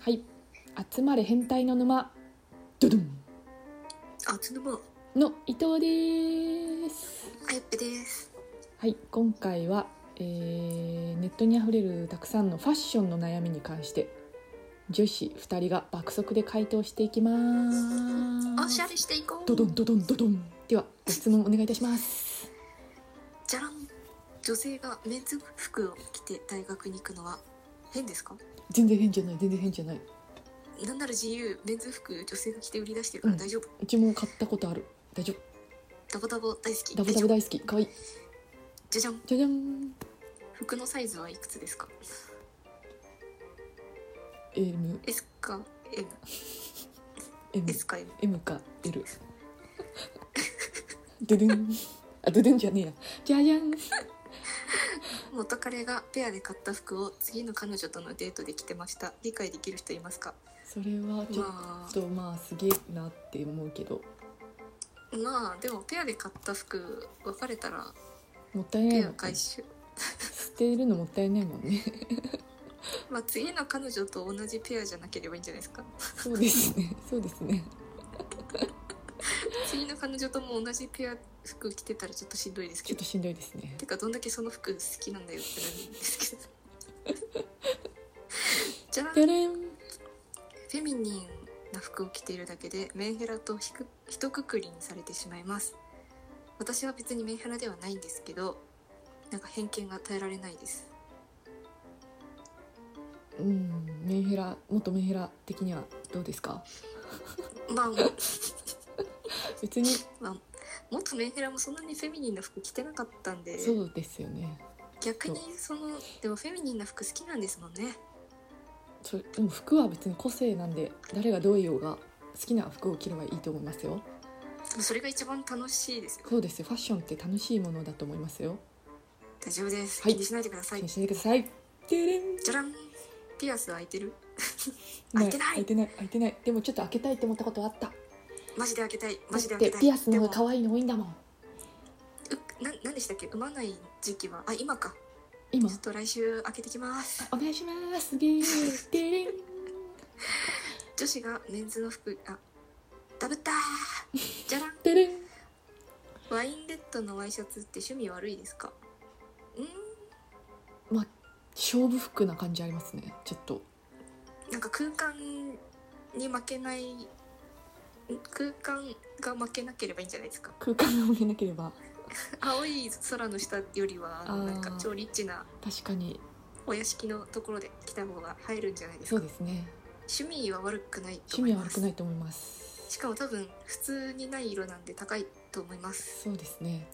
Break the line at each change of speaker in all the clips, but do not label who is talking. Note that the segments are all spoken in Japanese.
はい集まれ変態の沼ドドン
あつのも
の伊藤です
あゆっぺです
はい今回は、えーネットにあふれるたくさんのファッションの悩みに関して女子2人が爆速で回答していきます
おしゃれしていこう
ドドンドドンドドンではご質問お願いいたします
じゃらん女性がメンズ服を着て大学に行くのは変ですか
全然変じゃない全然変じゃない
なんなら自由メンズ服女性が着て売り出してるから
うん
大丈夫、
うちも買ったことある大丈夫
ダボダボ大好き
ダブダブ
大丈夫
大好きかわいい
じゃじゃん
じゃじゃん
服のサイズはいくつですか
M
S か M
M
S か M
M か L ドゥドゥンあドゥドゥンじゃねえやじゃじゃん
元彼がペアで買った服を次の彼女とのデートで着てました理解できる人いますか
それはちょっ
ま
とまあすげえなって思うけど
あまあでもペアで買った服別れたら
もったいない
ペア
のか
回
捨
収
てるのもったいないもんね
まあ次の彼女と同じペアじゃなければいいんじゃないですか
そうですねそうですね
次の彼女とも同じペア服着てたらちょっとしんどいです
ち
け
ょっと
ど
しんどいですね
てかどんだけその服好きなんだよってなるんですけど じゃらん
じ
フ
ゃれん
ェミニンな服を着ているだけでメンヘラとひくひとくくりにされてしまいます私は別にメンヘラではないんですけどなんか偏見が耐えられないです
うんメンヘラ元メンヘラ的にはどうですか
まあ
別に
まあ、元メンヘラもそんなにフェミニンな服着てなかったんで
そうですよね
逆にそのでもフェミニンな服好きなんですもんね
それでも服は別に個性なんで誰がどう言おうが好きな服を着ればいいと思いますよ
それが一番楽しいですよ
そうですよファッションって楽しいものだと思いますよ
大丈夫です、
はい
気にしないでくださ
気
い
にしないでくださいてれん
じゃらんピアス開いてる
な
開いてない
開いてない開いてないでもちょっと開けたいって思ったことあった
マジで開けたいマジで
だっ
開け
て
たい
ピアスの方が
でも
可愛いの多いんだもん
うな何でしたっけ産まない時期はあ今か
今
ちょっと来週開けてきます
お願いしますすげーてれん
女子がメンズの服あダブったー じゃらん
てれん
ワインレッドのワイシャツって趣味悪いですかうん
まあ勝負服な感じありますねちょっと
なんか空間に負けないん空間が負けなければいいんじゃないですか
空間が見えなければ
青い空の下よりは
あー
なんか超リッチな
確かに
お屋敷のところで来た方が入るんじゃないです
そう
か
ですね
趣味は悪くないと
趣
思
味
い
は
ま
悪
す
くないと思います
しかも多分普通にない色なんで高いと思います
そうですね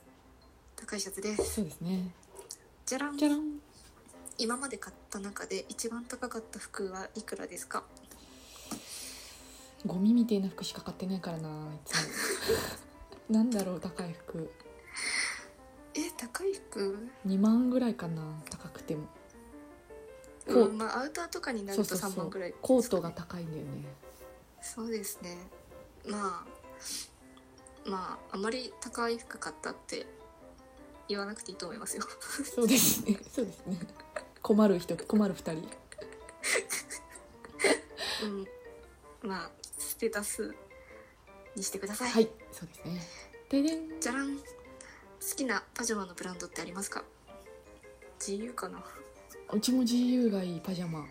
高いシャツです
そうですね
じゃらん
じゃらん
今まで買った中で一番高かった服はいくらですか
ゴミみたいな服しか買ってないからないつも なんだろう高い服
え高い服
2万ぐらいかな高くてもこう
うんまあアウターとかになると
そうそう
3
そう
万くらいですかね
コートが高いんだよね
そうですねまあまああまり高い服買ったって言わなくていいと思いますよ
そうですねそうですね困る人困る2人
うんまあステータスにしてください、
はいそうですねででん
じゃらん好きなパジャマのブランドってありますか GU かな
うちも GU がいいパジャマ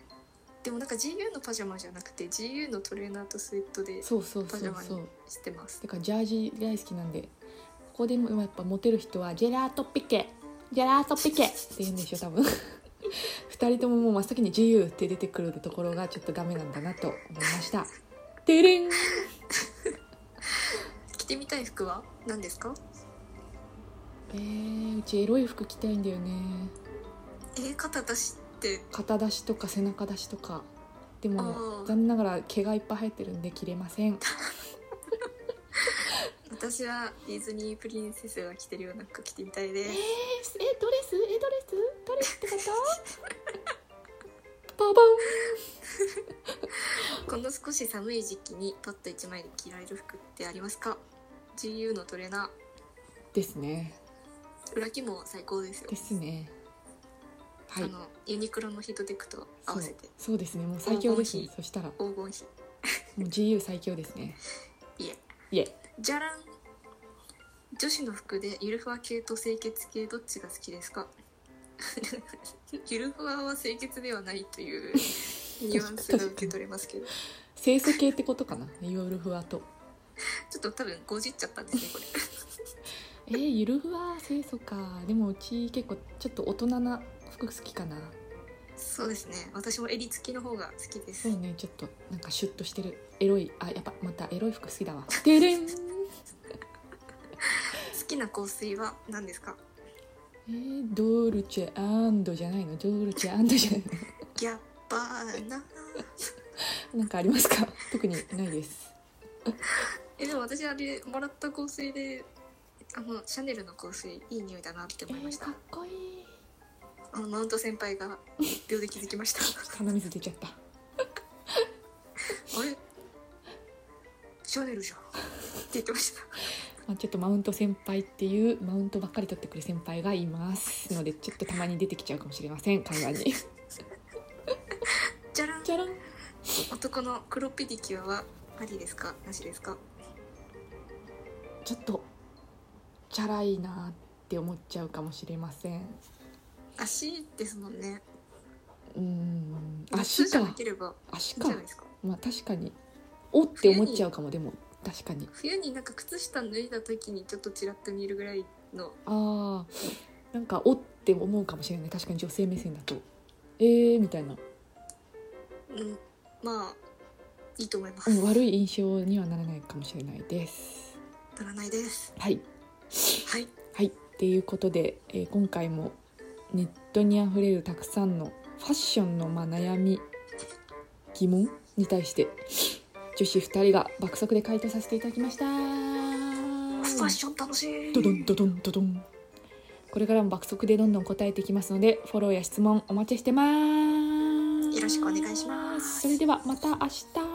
でもなんか GU のパジャマじゃなくて GU のトレーナーとスウェットで
そうそうそ
パジャ
う
マに
そう
してます
てかジャージ大好きなんでここでもやっぱモテる人はジェラートピケジェラートピケって言うんでしょ多分 二人とももう真っ先に GU って出てくるところがちょっとダメなんだなと思いましたてれん
着てみたい服は何ですか
えー、うちエロい服着たいんだよね
えー、肩出しって
肩出しとか背中出しとかで
あ
も
ー
残念ながら毛がいっぱい生えてるんで着れません
私はディズニープリンセスが着てるような服着てみたいです
えドレスえドレスドレスってこと パバン
この少し寒い時期にパッと一枚で着られる服ってありますか GU のトレーナ
ですね
ー裏着も最高ですよ
ですねはい
あのユニクロのヒートテックと合わせて
そうですねもう最強です
黄金
ね
比
そしたらも
黄金比
う GU 最強ですね
いえ
いえ
じゃらん女子の服でゆるふわ系と清潔系どっちが好きですか ゆるふわは清潔ではない というニュアンスが受け取れますけど
清楚系ってことかなゆるふわと
ちょっと多分ごじっちゃったんですねこれ
えー、ゆるふわ清楚かでもうち結構ちょっと大人な服好きかな
そうですね私も襟付きの方が好きです
そうねちょっとなんかシュッとしてるエロいあやっぱまたエロい服好きだわてれん
好きな香水は何ですか
えー、ドルチェアンドじゃないのドルチェアンドじゃない
ギャッパーな
のなんかありますか特にないです
えでも私あれもらった香水であのシャネルの香水いい匂いだなって
え
思いまし
ー、
た、
かっこいい
あのマウント先輩が秒で気づきました
鼻水出ちゃった
あれシャネルじゃんって言ってました
まあ、ちょっとマウント先輩っていうマウントばっかり取ってくる先輩がいますのでちょっとたまに出てきちゃうかもしれません会話に
じゃらん
じゃらん
男の黒ペディキュアはありですかなしですか
ちょっとチャラいなって思っちゃうかもしれません
足ですもんね
うーん
夏
足
じゃな
か
ければ
足
いいんじ
か
ゃないですか
まあ確かにおって思っちゃうかもでも確かに
冬になんか靴下脱いだ時にちょっとちらっと見るぐらいの
あーなんかおって思うかもしれない確かに女性目線だとえーみたいな、
うんまあいいと思いま
う
す
ん、悪い印象にはならないかもしれないです
ならないです
はい
はい
はい、っていうことで、えー今回もネットにあふれるたくさんのファッションのまあ悩み疑問に対して女子2人が爆速で回答させていただきました
ファッション楽しい
ドドンドドンドドンこれからも爆速でどんどん答えていきますのでフォローや質問お待ちしてます
よろしくお願いします
それではまた明日